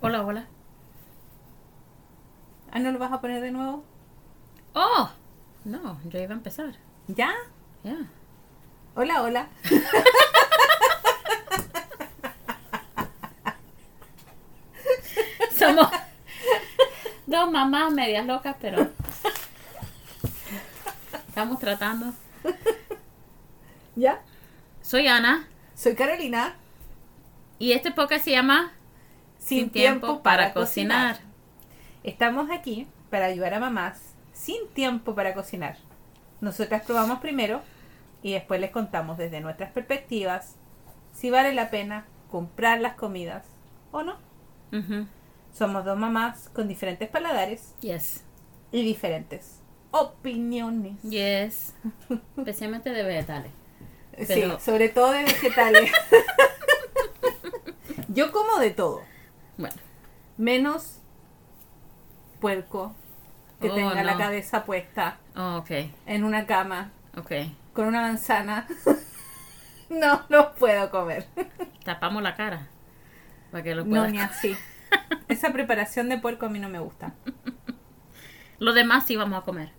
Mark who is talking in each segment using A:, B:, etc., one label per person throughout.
A: Hola, hola.
B: Ah, ¿no lo vas a poner de nuevo?
A: ¡Oh! No, yo iba a empezar.
B: ¿Ya?
A: Ya.
B: Hola, hola.
A: Somos dos mamás medias locas, pero estamos tratando.
B: ¿Ya?
A: Soy Ana
B: Soy Carolina.
A: y este podcast se llama
B: Sin, tiempo, para, cocinar. Estamos aquí para ayudar a mamás sin tiempo para cocinar. Nosotras probamos primero y después les contamos desde nuestras perspectivas si vale la pena comprar las comidas o no.
A: Ujú.
B: Somos dos mamás con diferentes paladares
A: Yes,
B: y diferentes opiniones.
A: yes. Especialmente de vegetales. Pero-
B: Sí, sobre todo de vegetales. Yo como de todo.
A: Bueno,
B: menos puerco que
A: Oh,
B: tenga la
A: no.
B: cabeza puesta
A: oh, ok,
B: en una cama
A: ok.
B: con una manzana. no lo puedo comer.
A: Tapamos la cara para que lo
B: No
A: puedas.
B: ni así. Esa preparación de puerco a mí no me gusta.
A: lo demás sí vamos a comer.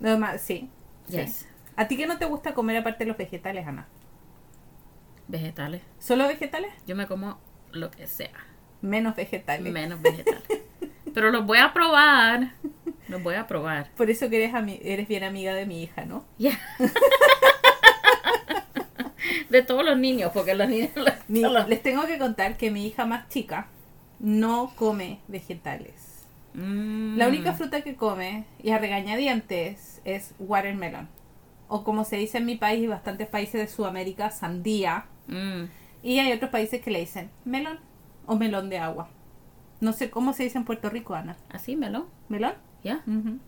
B: Lo demás, sí. sí.
A: Yes,
B: ¿A ti qué no te gusta comer aparte de los vegetales, Ana?
A: vegetales.
B: ¿Solo vegetales?
A: Yo me como lo que sea.
B: Menos vegetales.
A: Menos vegetales. Pero los voy a probar. Los voy a probar.
B: Por eso que eres, ami- eres bien amiga de mi hija, ¿no?
A: Ya. De todos los niños, porque los niños. los-
B: Mi-
A: solo-
B: les tengo que contar que mi hija más chica no come vegetales.
A: Mm.
B: La única fruta que come y a regañadientes es watermelon. O como se dice en mi país y bastantes países de Sudamérica, sandía.
A: Mm.
B: Y hay otros países que le dicen melón o melón de agua. No sé cómo se dice en Puerto Rico, Ana.
A: Así, melón.
B: ¿Melón?
A: Ya.
B: Ujú.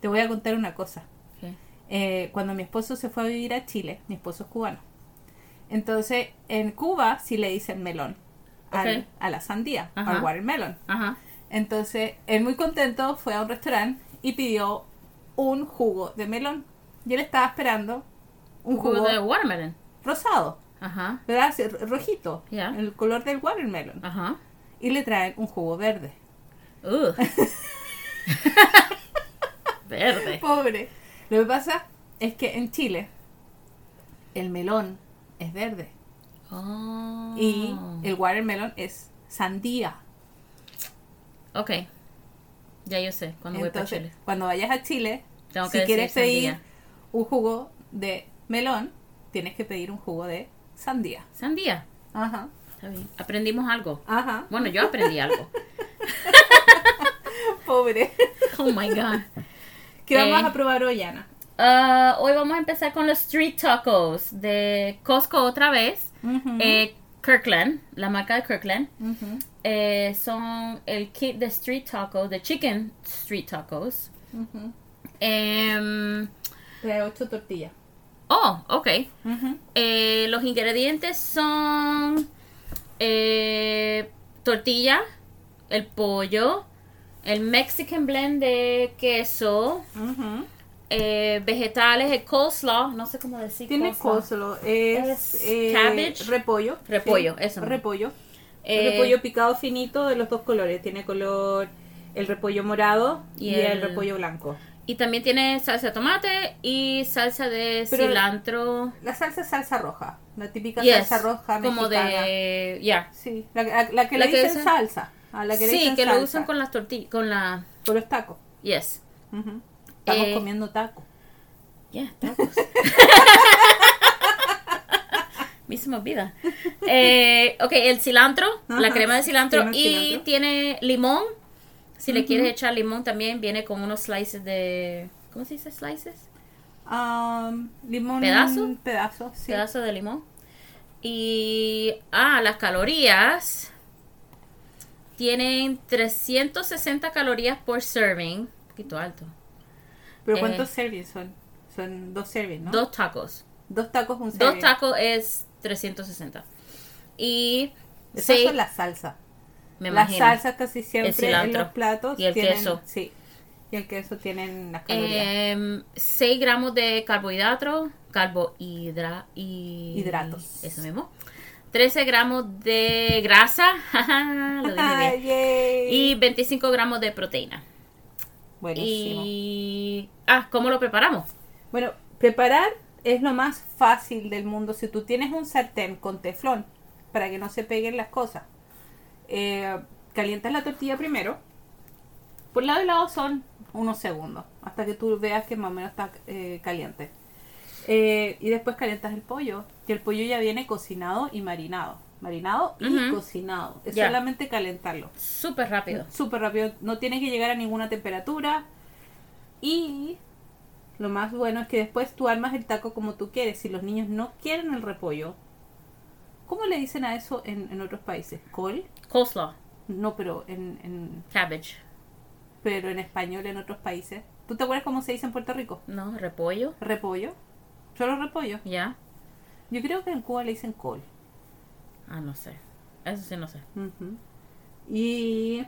B: Te voy a contar una cosa.
A: ¿Qué?
B: Eh, cuando mi esposo se fue a vivir a Chile, mi esposo es cubano. Entonces, en Cuba sí le dicen melón al-
A: Ok.
B: a la sandía,
A: Ajá.
B: al watermelon.
A: Ajá.
B: Entonces, él muy contento fue a un restaurante y pidió un jugo de melón. Y él estaba esperando un jugo,
A: Jugo de watermelon.
B: rosado,
A: Ajá.
B: ¿verdad? Así, ro- Rojito,
A: Ya.
B: el color del watermelon.
A: Ajá.
B: Y le traen un jugo verde.
A: Ugh. Verde.
B: Pobre. Lo que pasa es que en Chile el melón es verde
A: Oh.
B: y el watermelon es sandía.
A: Ok. Ya yo sé. Cuando voy para
B: Entonces,
A: Chile.
B: cuando vayas a Chile,
A: Tengo
B: si
A: que
B: quieres
A: decir
B: pedir
A: sandía.
B: un jugo de melón, tienes que pedir un jugo de sandía.
A: Sandía.
B: Ajá,
A: Está bien. Aprendimos algo.
B: ajá,
A: Bueno, yo aprendí algo.
B: pobre.
A: Oh my god.
B: ¿Qué vamos
A: Eh.
B: a probar hoy, Ana?
A: Ah, hoy vamos a empezar con los street tacos de Costco otra vez. Eh, Kirkland, la marca de Kirkland.
B: Ujú.
A: Eh, son el kit de street tacos, de chicken street tacos.
B: Ujú.
A: Em,
B: Trae ocho tortillas.
A: oh, ok. Eh, los ingredientes son eh, tortilla, el pollo, el Mexican blend de queso,
B: Ujú.
A: eh, vegetales, el coleslaw, no sé cómo decir
B: Tiene coleslaw, es,
A: Es
B: eh,
A: cabbage.
B: repollo.
A: Repollo, eso mismo.
B: Repollo.
A: Eh,
B: repollo picado finito de los dos colores. Tiene color el repollo morado
A: Y
B: y, el...
A: el-
B: repollo blanco.
A: Y también tiene salsa de tomate y salsa de
B: Pero-
A: cilantro.
B: La salsa es salsa roja, la típica
A: Yes,
B: salsa roja
A: como
B: mexicana.
A: de ya.
B: Sí, la, la- la que
A: La
B: le
A: que
B: dicen
A: usan-
B: salsa. A la que le
A: Sí,
B: dicen
A: que lo
B: salsa,
A: usan con las tortillas, con la
B: con los tacos.
A: yes.
B: Ujú. Estamos
A: Eh,
B: comiendo tacos.
A: Yeah, tacos. mí se me olvida. Eh, ok, el cilantro, la
B: Ajá,
A: crema de cilantro
B: crema de
A: y
B: cilantro.
A: tiene limón. Si le quieres echar limón también viene con unos slices de ¿cómo se dice slices?
B: Am, limón.
A: ¿Pedazo?
B: Pedazo, sí.
A: Pedazo de limón. Y ah, las calorías tienen 360 calorías por serving, un poquito alto.
B: Pero
A: Eh.
B: ¿cuántos servings son? Son dos servings, ¿no?
A: Dos tacos.
B: Dos tacos, un
A: Dos
B: serving.
A: tacos es 360. Y
B: Esas
A: sí,
B: son las salsas.
A: me
B: las
A: imagino.
B: salsas casi siempre en
A: cilantro.
B: los platos.
A: Y el
B: tienen-
A: queso.
B: Sí. Y el queso tienen las calorías.
A: Em, 6 gramos de carbohidratos, carbohidra y
B: Hidratos.
A: Eso mismo. 13 gramos de grasa, lo dije bien, y 25 gramos de proteína.
B: Buenísimo.
A: Y, ah, ¿cómo lo preparamos?
B: Bueno, preparar es lo más fácil del mundo. Si tú tienes un sartén con teflón para que no se peguen las cosas, eh, calientas la tortilla primero. Por lado y lado son unos segundos, hasta que tú veas que más o menos está eh, caliente. Eh, y después calientas el pollo, que el pollo ya viene cocinado y marinado. Marinado y
A: Ujú.
B: cocinado. Es
A: Ya.
B: solamente calentarlo.
A: Súper rápido.
B: Súper rápido. No tiene que llegar a ninguna temperatura. Y lo más bueno es que después tú armas el taco como tú quieres. Si los niños no quieren el repollo, ¿cómo le dicen a eso en, en otros países? ¿Col?
A: Coleslaw,
B: No, pero en, en-
A: cabbage,
B: pero en español en otros países. ¿Tú te acuerdas cómo se dice en Puerto Rico?
A: ¿no? Repollo,
B: ¿Repollo? Solo repollo.
A: ¿ya?
B: Yo creo que en Cuba le dicen col.
A: Ah, no sé. Eso sí, no sé.
B: Ujú. Y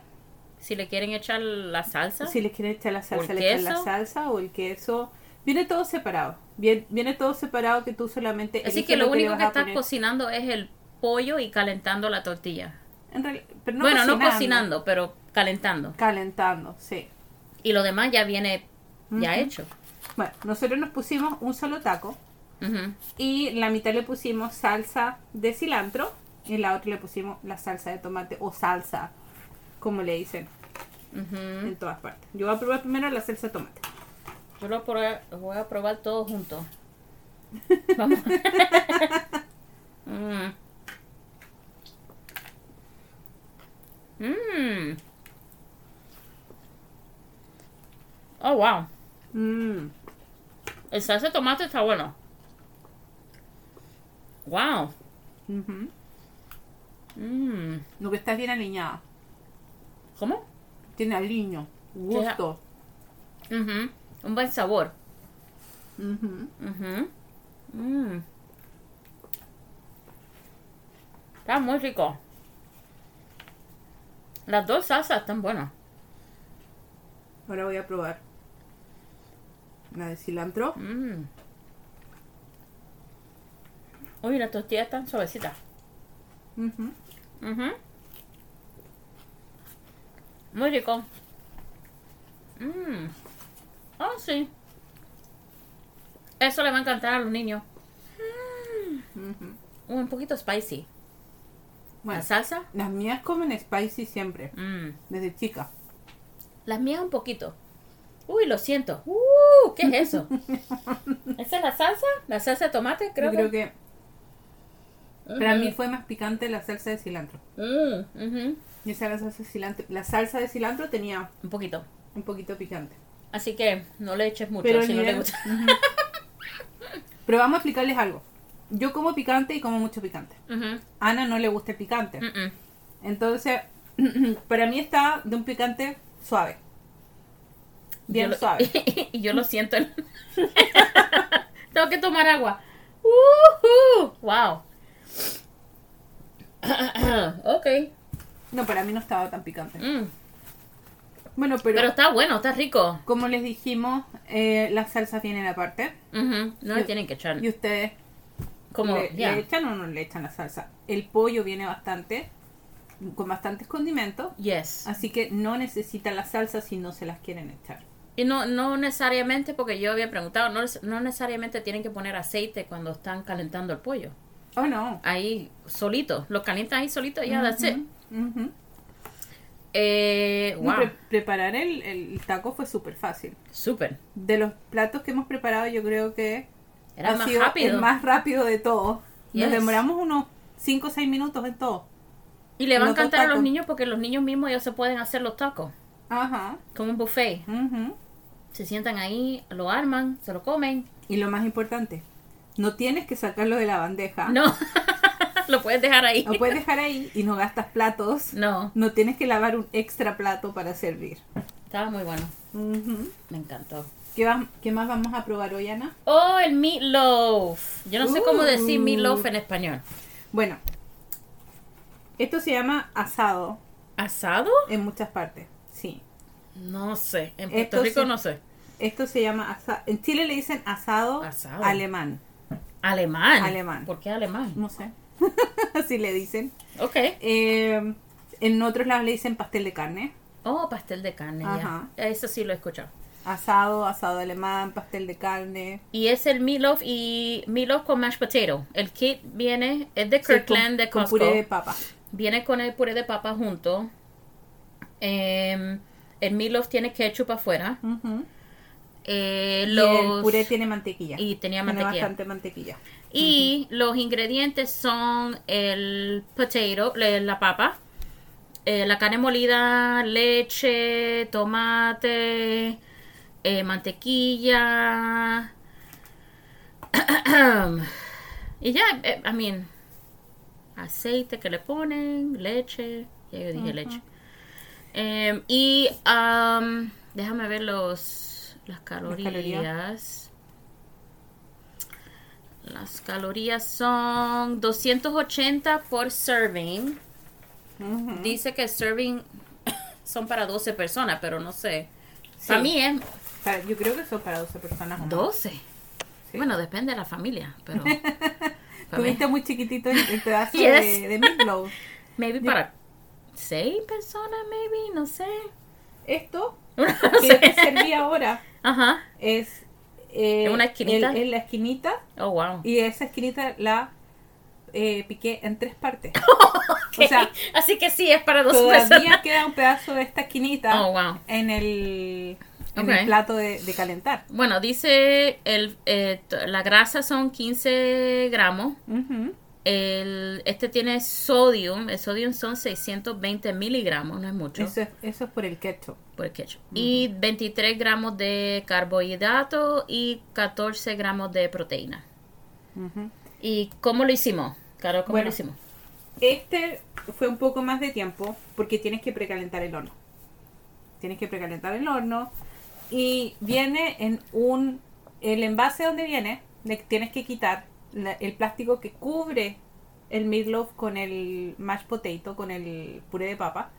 A: Si le quieren echar la salsa.
B: Si les quieren echar la
A: el
B: salsa, le echan la
A: queso.
B: salsa o el queso. Viene todo separado. Viene, viene todo separado que tú solamente.
A: Así
B: eliges
A: que lo
B: le
A: único
B: vas
A: que
B: a
A: estás
B: poner.
A: cocinando es el pollo y calentando la tortilla.
B: En real- pero no
A: bueno, no cocinando, pero calentando.
B: Calentando, sí.
A: Y lo demás ya viene ya
B: Ujú.
A: hecho.
B: Bueno, nosotros nos pusimos un solo taco
A: Ujú.
B: y la mitad le pusimos salsa de cilantro y la otra le pusimos la salsa de tomate o salsa, como le dicen
A: Ujú.
B: en todas partes. Yo voy a probar primero la salsa de tomate.
A: Yo lo probé- lo voy a probar todo junto. Vamos. Mm. Mm. Oh, wow.
B: Mmm,
A: El salsa de tomate está bueno. Wow.
B: ujú.
A: Mm.
B: Lo que está bien aliñada.
A: ¿Cómo?
B: Tiene aliño, gusto.
A: Ujú. Un buen sabor.
B: Ujú.
A: Ujú. Mm. Está muy rico. Las dos salsas están buenas.
B: Ahora voy a probar la de cilantro.
A: Mm. Uy, las tortillas están suavecitas.
B: Ujú.
A: Ujú. Muy rico. Mm. Oh, sí. Eso le va a encantar a los niños.
B: Ujú.
A: Un poquito spicy.
B: Bueno,
A: La salsa.
B: las mías comen spicy siempre,
A: Mm.
B: desde chica.
A: Las mías un poquito. Uy, lo siento. Uh, ¿Qué es eso? ¿Esa es la salsa? ¿La salsa de tomate? Creo,
B: Yo creo
A: que...
B: que para mí fue más picante la salsa de cilantro.
A: Mm, ujú.
B: Y esa era la salsa de cilantro. La salsa de cilantro tenía
A: Un poquito.
B: un poquito picante.
A: Así que no le eches mucho
B: Pero
A: si
B: el
A: no le
B: nivel-
A: gusta.
B: Pero vamos a explicarles algo. Yo como picante y como mucho picante.
A: Ujú.
B: A Ana no le gusta el picante.
A: Mm, mm.
B: Entonces, para mí está de un picante suave. Bien
A: Yo lo-
B: suave.
A: y yo lo siento. en- Tengo que tomar agua. Ujú. Wow. ok.
B: No, para mí no estaba tan picante.
A: Mm.
B: Bueno,
A: Pero, está bueno, está rico.
B: Como les dijimos, eh, las salsas vienen aparte.
A: Ujú. No le
B: Yo-
A: tienen que echar.
B: Y ustedes
A: Como,
B: le,
A: ya.
B: le echan o no le echan la salsa. El pollo viene bastante, con bastantes condimentos.
A: Yes.
B: Así que no necesitan la salsa si no se las quieren echar.
A: Y no, no necesariamente, porque yo había preguntado, no, neces- no necesariamente tienen que poner aceite cuando están calentando el pollo.
B: Oh no.
A: Ahí solito, lo calientan ahí solito y Ah, ya, that's it.
B: Ujú.
A: Eh,
B: No,
A: wow,
B: pre- preparar el, el taco fue súper fácil.
A: súper.
B: De los platos que hemos preparado, yo creo que
A: Era
B: ha
A: más
B: sido
A: rápido.
B: el más rápido de todos. Nos
A: Yes.
B: demoramos unos 5 o 6 minutos en todo.
A: Y le va a
B: los dos
A: encantar a los
B: tacos.
A: niños porque los niños mismos ya se pueden hacer los tacos,
B: Ajá.
A: como un buffet.
B: Ujú.
A: Se sientan ahí, lo arman, se lo comen.
B: Y lo más importante, no tienes que sacarlo de la bandeja.
A: No, lo puedes dejar ahí.
B: Lo puedes dejar ahí y no gastas platos.
A: No,
B: No tienes que lavar un extra plato para servir.
A: estaba muy bueno,
B: Ujú.
A: me encantó.
B: ¿Qué, va- qué más vamos a probar hoy, Ana?
A: Oh, el meatloaf. Yo no sé cómo decir
B: Uh.
A: meatloaf en español.
B: Bueno, esto se llama asado
A: ¿Asado?
B: en muchas partes. Sí.
A: No sé, en
B: Esto
A: Puerto Rico
B: sí.
A: no sé.
B: Esto se llama asado. En Chile le dicen asado,
A: Asado.
B: alemán.
A: Alemán.
B: Alemán. Mm.
A: ¿Por qué alemán?
B: No sé. así le dicen.
A: Ok.
B: Eh, en otros lados le dicen pastel de carne.
A: Oh, pastel de carne,
B: Ajá.
A: ya. Eso sí lo he escuchado.
B: Asado, asado alemán, pastel de carne.
A: Y es el meatloaf y meatloaf con mashed potato. El kit viene, es de Kirkland,
B: Sí, con-
A: de
B: con
A: Costco.
B: puré de papa.
A: Viene con el puré de papa junto. Em, el meatloaf tiene ketchup afuera.
B: Ujú.
A: Eh,
B: Y
A: los,
B: el puré tiene mantequilla.
A: y tenía
B: Tiene
A: mantequilla.
B: bastante mantequilla.
A: Y los ingredientes son el potato, le- la papa, eh, la carne molida, leche, tomate, eh, mantequilla. y ya, eh, I mean, aceite que le ponen, leche. Ya yo dije leche. Em, y am, déjame ver los, las
B: calorías.
A: calorías. Las calorías son 280 por serving.
B: Ujú.
A: Dice que serving son para 12 personas, pero no sé.
B: Sí.
A: Para mí es
B: Para- yo creo que son para 12 personas. o más.
A: 12.
B: Sí.
A: Bueno, depende de la familia, pero para mí-
B: Tuviste muy chiquitito el, el pedazo
A: Yes.
B: de, de meatloaf.
A: maybe para 6 personas, maybe, no sé.
B: Esto
A: No
B: que
A: sé.
B: te serví ahora
A: Ajá.
B: es eh,
A: ¿En una esquinita?
B: el- en la esquinita
A: Oh, wow.
B: y esa esquinita la eh, piqué en tres partes.
A: Ok,
B: O sea,
A: Así que sí, es para 12
B: todavía
A: personas.
B: queda un pedazo de esta esquinita
A: Oh, wow.
B: en el, en
A: Ok.
B: el plato de, de calentar.
A: Bueno, dice el, eh, t- la grasa son 15 gramos.
B: Ujú.
A: El, este tiene sodium. El sodium son 620 miligramos, no es mucho,
B: eso, es, eso es por el ketchup.
A: por el ketchup. Y 23 gramos de carbohidrato y 14 gramos de proteína.
B: Ujú.
A: ¿Y cómo lo hicimos? Caro, ¿cómo
B: Bueno.
A: lo hicimos?
B: Este fue un poco más de tiempo porque tienes que precalentar el horno. Tienes que precalentar el horno y viene en un el envase donde viene le tienes que quitar la- el plástico que cubre el meatloaf con el mashed potato con el puré de papa.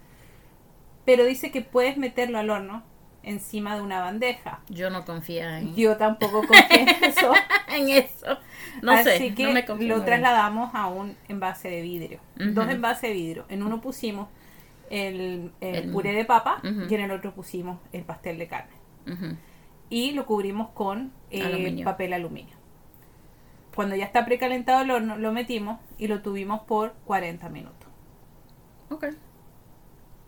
B: Pero dice que puedes meterlo al horno encima de una bandeja.
A: Yo no confía en,
B: Yo tampoco confío en eso.
A: en eso. No
B: Así
A: sé,
B: que
A: no me confío.
B: lo
A: muy bien.
B: trasladamos a un envase de vidrio.
A: Ujú.
B: Dos envases de vidrio. En uno pusimos el, el
A: El-
B: puré de papa
A: Ujú.
B: y en el otro pusimos el pastel de carne.
A: Ujú.
B: Y lo cubrimos con eh,
A: Aluminio.
B: papel aluminio. Cuando ya está precalentado el horno, lo metimos y lo tuvimos por 40 minutos.
A: Ok.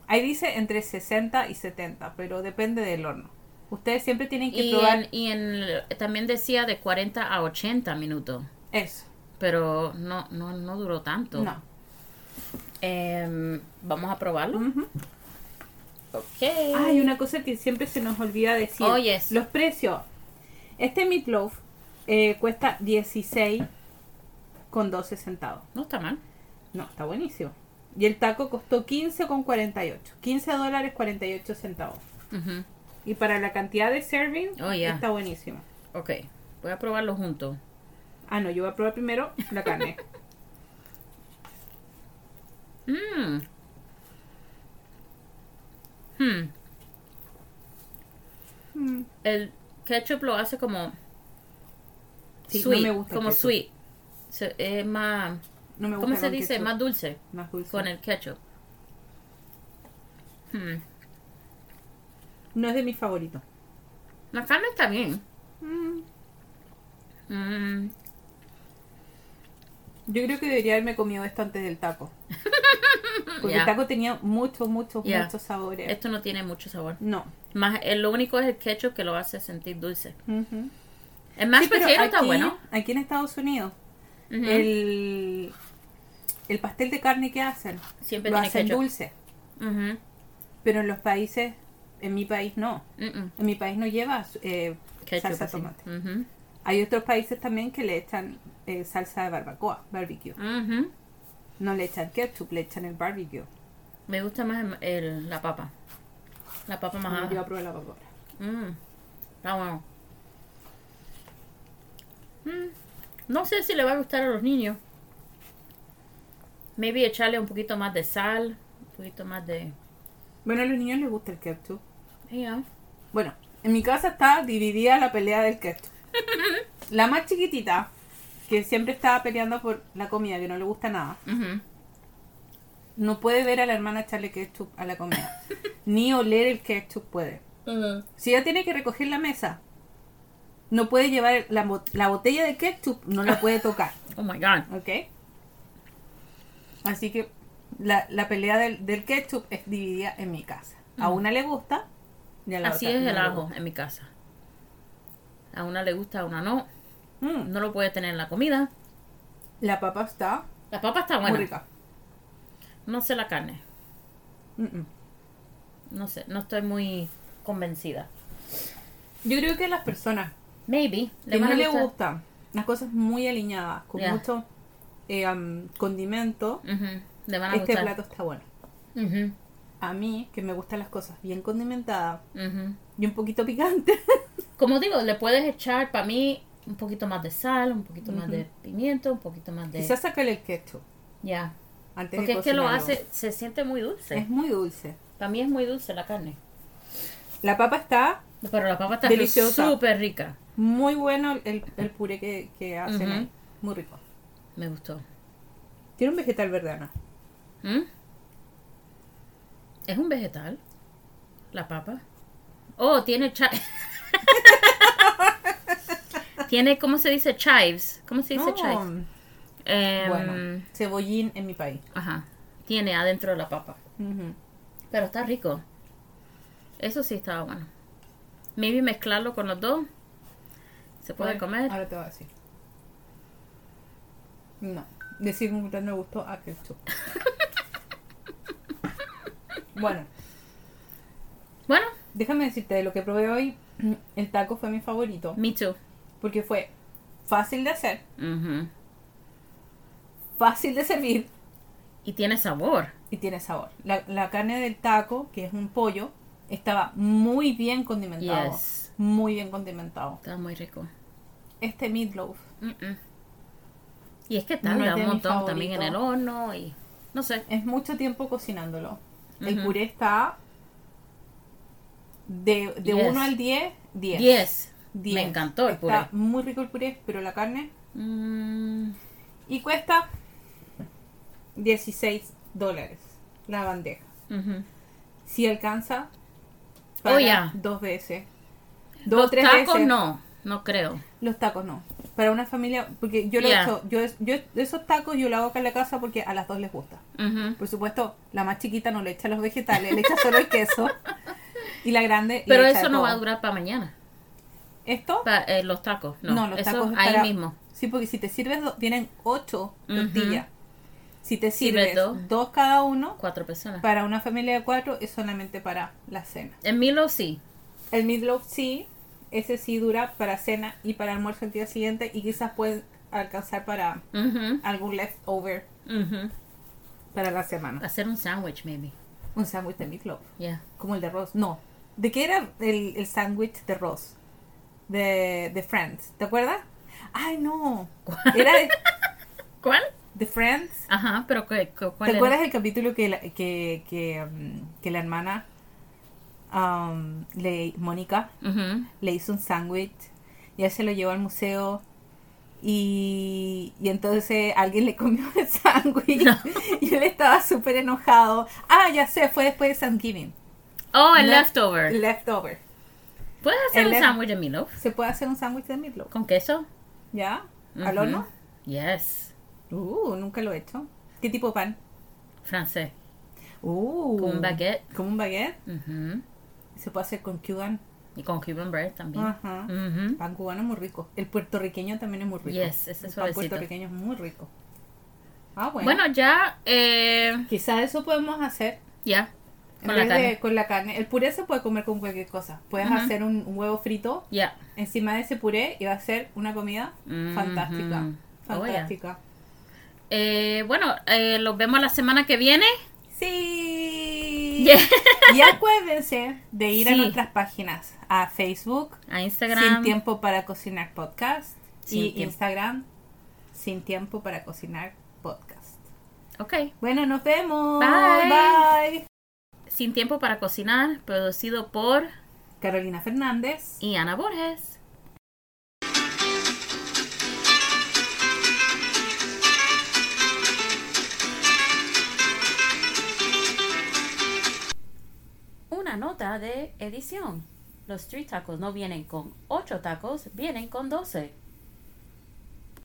B: Ahí dice entre 60 y 70, pero depende del horno. Ustedes siempre tienen que
A: Y,
B: probar
A: en, y en- también decía de 40 a 80 minutos,
B: eso.
A: pero no, no, no duró tanto.
B: No.
A: Em, Vamos a probarlo.
B: Ujú.
A: Ok.
B: Hay Mm. una cosa que siempre se nos olvida decir.
A: Oh, yes.
B: Los precios. Este meatloaf eh, cuesta 16 con 12 centavos.
A: No está mal.
B: No, está buenísimo. Y el taco costó 15 con 48. 15 dólares 48 centavos.
A: Ujú.
B: Y para la cantidad de serving
A: Oh, yeah.
B: está buenísimo.
A: Ok. Voy a probarlo junto.
B: Ah, no, yo voy a probar primero la carne.
A: Mm. Hmm.
B: Mm.
A: El ketchup lo hace como
B: Sí, no
A: sweet,
B: me gusta el
A: como
B: queso.
A: sweet. Se- es más,
B: No me gusta
A: ¿cómo se
B: con
A: dice?
B: ketchup.
A: Más dulce
B: Más dulce.
A: con el ketchup. Hmm.
B: No es de mis favoritos.
A: La carne está bien.
B: Mm.
A: Mm.
B: Yo creo que debería haberme comido esto antes del taco. Porque
A: Yeah.
B: el taco tenía muchos, muchos,
A: Yeah.
B: muchos sabores.
A: Esto no tiene mucho sabor.
B: No.
A: Más, eh, lo único es el ketchup que lo hace sentir dulce.
B: Ujú.
A: El mashed
B: Sí, pero
A: potato está
B: aquí-
A: bueno.
B: Aquí en Estados Unidos,
A: Ujú.
B: el, el pastel de carne que hacen,
A: Siempre
B: lo
A: tiene
B: hacen
A: ketchup.
B: dulce.
A: Ujú.
B: Pero en los países, en mi país no.
A: Mm-mm.
B: En mi país no lleva eh,
A: Mm, Ketchup
B: salsa de
A: así.
B: tomate.
A: Ujú.
B: Hay otros países también que le echan eh, salsa de barbacoa, barbecue.
A: Ujú.
B: No le echan ketchup, le echan el barbecue.
A: Me gusta más el, el- la papa. La papa
B: Yo voy
A: majada.
B: a probar la barbacoa.
A: Mm, está bueno. Mm, no sé si le va a gustar a los niños. Maybe echarle un poquito más de sal, un poquito más de...
B: Bueno, a los niños les gusta el ketchup.
A: Yeah.
B: Bueno, en mi casa está dividida la pelea del ketchup. La más chiquitita que siempre estaba peleando por la comida, que no le gusta nada,
A: Ujú.
B: no puede ver a la hermana echarle ketchup a la comida. ni oler el ketchup puede. Si ella tiene que recoger la mesa, no puede llevar la, bot- la botella de ketchup, no la puede tocar.
A: Oh my god.
B: ¿Ok? Así que la, la pelea del, del ketchup es dividida en mi casa. A una le gusta y a la
A: Mm. Así
B: otra
A: es
B: no
A: el
B: le
A: ajo
B: gusta.
A: en mi casa. A una le gusta, a una no.
B: Mm.
A: No lo puede tener en la comida.
B: La papa está
A: La papa está
B: muy
A: buena.
B: rica.
A: No sé la carne.
B: Mm, mm.
A: No sé, no estoy muy convencida.
B: Yo creo que las personas
A: Maybe.
B: que
A: van
B: no
A: a
B: le
A: gustar.
B: gustan las cosas muy aliñadas, con
A: Ya.
B: mucho eh, am, condimento,
A: Ujú, Le van a
B: este
A: gustar.
B: plato está bueno.
A: Ujú,
B: A mí, que me gustan las cosas bien condimentadas
A: ujú.
B: y un poquito picante,
A: Como digo, le puedes echar para mí un poquito más de sal, un poquito más
B: Ujú.
A: de pimiento, un poquito más de.
B: quizás sácale el ketchup
A: Ya.
B: antes
A: Porque
B: de
A: es que lo
B: cocinarlo.
A: hace, se siente muy dulce.
B: Es muy dulce.
A: Para mí es muy dulce la carne.
B: La papa está
A: Pero la papa está
B: Deliciosa.
A: súper rica.
B: muy bueno el, el puré que, que hacen
A: Ujú.
B: ahí. Muy rico.
A: Me gustó.
B: Tiene un vegetal verde, Ana.
A: ¿Mm? ¿Es un vegetal? ¿La papa? Oh, tiene chi- tiene, ¿cómo se dice? Chives. ¿Cómo se dice
B: No, mm,
A: chives? Em,
B: Bueno, cebollín en mi país.
A: Ajá. Tiene adentro de la papa.
B: Ujú.
A: Pero está rico. Eso sí estaba bueno. Maybe mezclarlo con los dos. Se puede
B: Bueno,
A: comer.
B: Ahora te voy a decir. No. Decir un no me gustó a ketchup. bueno,
A: Bueno,
B: déjame decirte de lo que probé hoy. El taco fue mi favorito.
A: me too.
B: Porque fue fácil de hacer,
A: Ujú.
B: fácil de servir
A: Y tiene sabor.
B: y tiene sabor. La, la carne del taco, que es un pollo, estaba muy bien condimentado.
A: Yes.
B: Muy bien condimentado.
A: Está muy rico.
B: Este meatloaf,
A: Mm-mm. Y es que
B: No
A: tarda
B: es de
A: un
B: mi
A: montón también en
B: favorito.
A: el horno y no sé.
B: es mucho tiempo cocinándolo. El
A: Ujú.
B: puré está de, de
A: Yes.
B: 1 al 10, 10.
A: 10.
B: 10.
A: Me encantó el puré.
B: Está muy rico el puré, pero la carne.
A: Mm,
B: Y cuesta 16 dólares la bandeja.
A: ujú.
B: Si alcanza
A: Oh, ya.
B: dos veces. Dos o
A: Los
B: tres
A: tacos
B: veces.
A: no, no creo.
B: Los tacos no. Para una familia, porque yo lo
A: Ya.
B: he hecho, yo, yo esos tacos yo lo hago acá en la casa porque a las dos les gusta.
A: Ujú.
B: Por supuesto, la más chiquita no le echa los vegetales, le echa solo el queso. Y la grande. le
A: Pero
B: echa
A: eso
B: de
A: no
B: todo.
A: va a durar para mañana.
B: ¿Esto?
A: Pa- eh, los tacos, no.
B: No, los
A: eso
B: tacos es
A: ahí
B: para-
A: mismo.
B: Sí, porque si te sirves, do- vienen ocho
A: Ujú.
B: tortillas. Si te
A: Sirve
B: sirves
A: dos.
B: dos. cada uno,
A: Cuatro personas.
B: para una familia de cuatro es solamente para la cena.
A: En Milo sí.
B: El meatloaf sí, ese sí dura para cena y para almuerzo el día siguiente y quizás pueden alcanzar para
A: Ujú,
B: algún leftover
A: ujú.
B: para la semana.
A: Hacer un sándwich, maybe.
B: Un sándwich de meatloaf,
A: Yeah.
B: como el de Ross. No, ¿de qué era el, el sándwich de Ross? De, de Friends, ¿te acuerdas? Ay, no. Era de,
A: ¿Cuál?
B: de Friends.
A: Ajá, pero ¿qué- cu- ¿cuál
B: ¿Te
A: era?
B: acuerdas el capítulo que la, que, que, um, que la hermana um, le, Mónica
A: Ujú.
B: le hizo un sándwich y él se lo llevó al museo y, y entonces alguien le comió el sándwich
A: No.
B: y él estaba súper enojado. Ah, ya sé, fue después de Thanksgiving.
A: Oh, el
B: Le-
A: leftover.
B: Leftover.
A: ¿Puedes hacer
B: el
A: un
B: lef-
A: sándwich de Milo?
B: Se puede hacer un sándwich de meatloaf,
A: ¿Con queso?
B: ¿ya?
A: Ujú.
B: ¿Al horno?
A: Yes.
B: Uh, nunca lo he hecho. ¿Qué tipo de pan?
A: Francés.
B: Uh,
A: Con un baguette.
B: Como un baguette.
A: Ujú.
B: Se puede hacer con cuban.
A: Y con Cuban bread también.
B: Ajá.
A: Ujú.
B: Pan cubano es muy rico. El puertorriqueño también es muy rico.
A: Yes, ese
B: el pan
A: suavecito.
B: puertorriqueño es muy rico. Ah, bueno.
A: Bueno, ya, eh,
B: Quizás eso podemos hacer
A: ya.
B: en
A: Con la
B: vez
A: carne.
B: de- con la carne. El puré se puede comer con cualquier cosa. Puedes
A: Ujú.
B: hacer un un huevo frito
A: Ya.
B: encima de ese puré y va a ser una comida
A: Mhm.
B: fantástica.
A: Oh, yeah.
B: Fantástica.
A: Eh, bueno, eh, los vemos la semana que viene.
B: Sí.
A: Yeah.
B: Y acuérdense de ir a
A: Sí.
B: nuestras páginas, a Facebook,
A: A Instagram.
B: Sin Tiempo para Cocinar Podcast
A: Sin
B: y
A: tiempo.
B: Instagram, Sin Tiempo para Cocinar Podcast.
A: Ok.
B: Bueno, nos vemos.
A: Bye.
B: Bye.
A: Sin tiempo para cocinar, producido por
B: Carolina Fernández.
A: Iana Borges. una nota de edición. Los street tacos no vienen con 8 tacos, vienen con 12.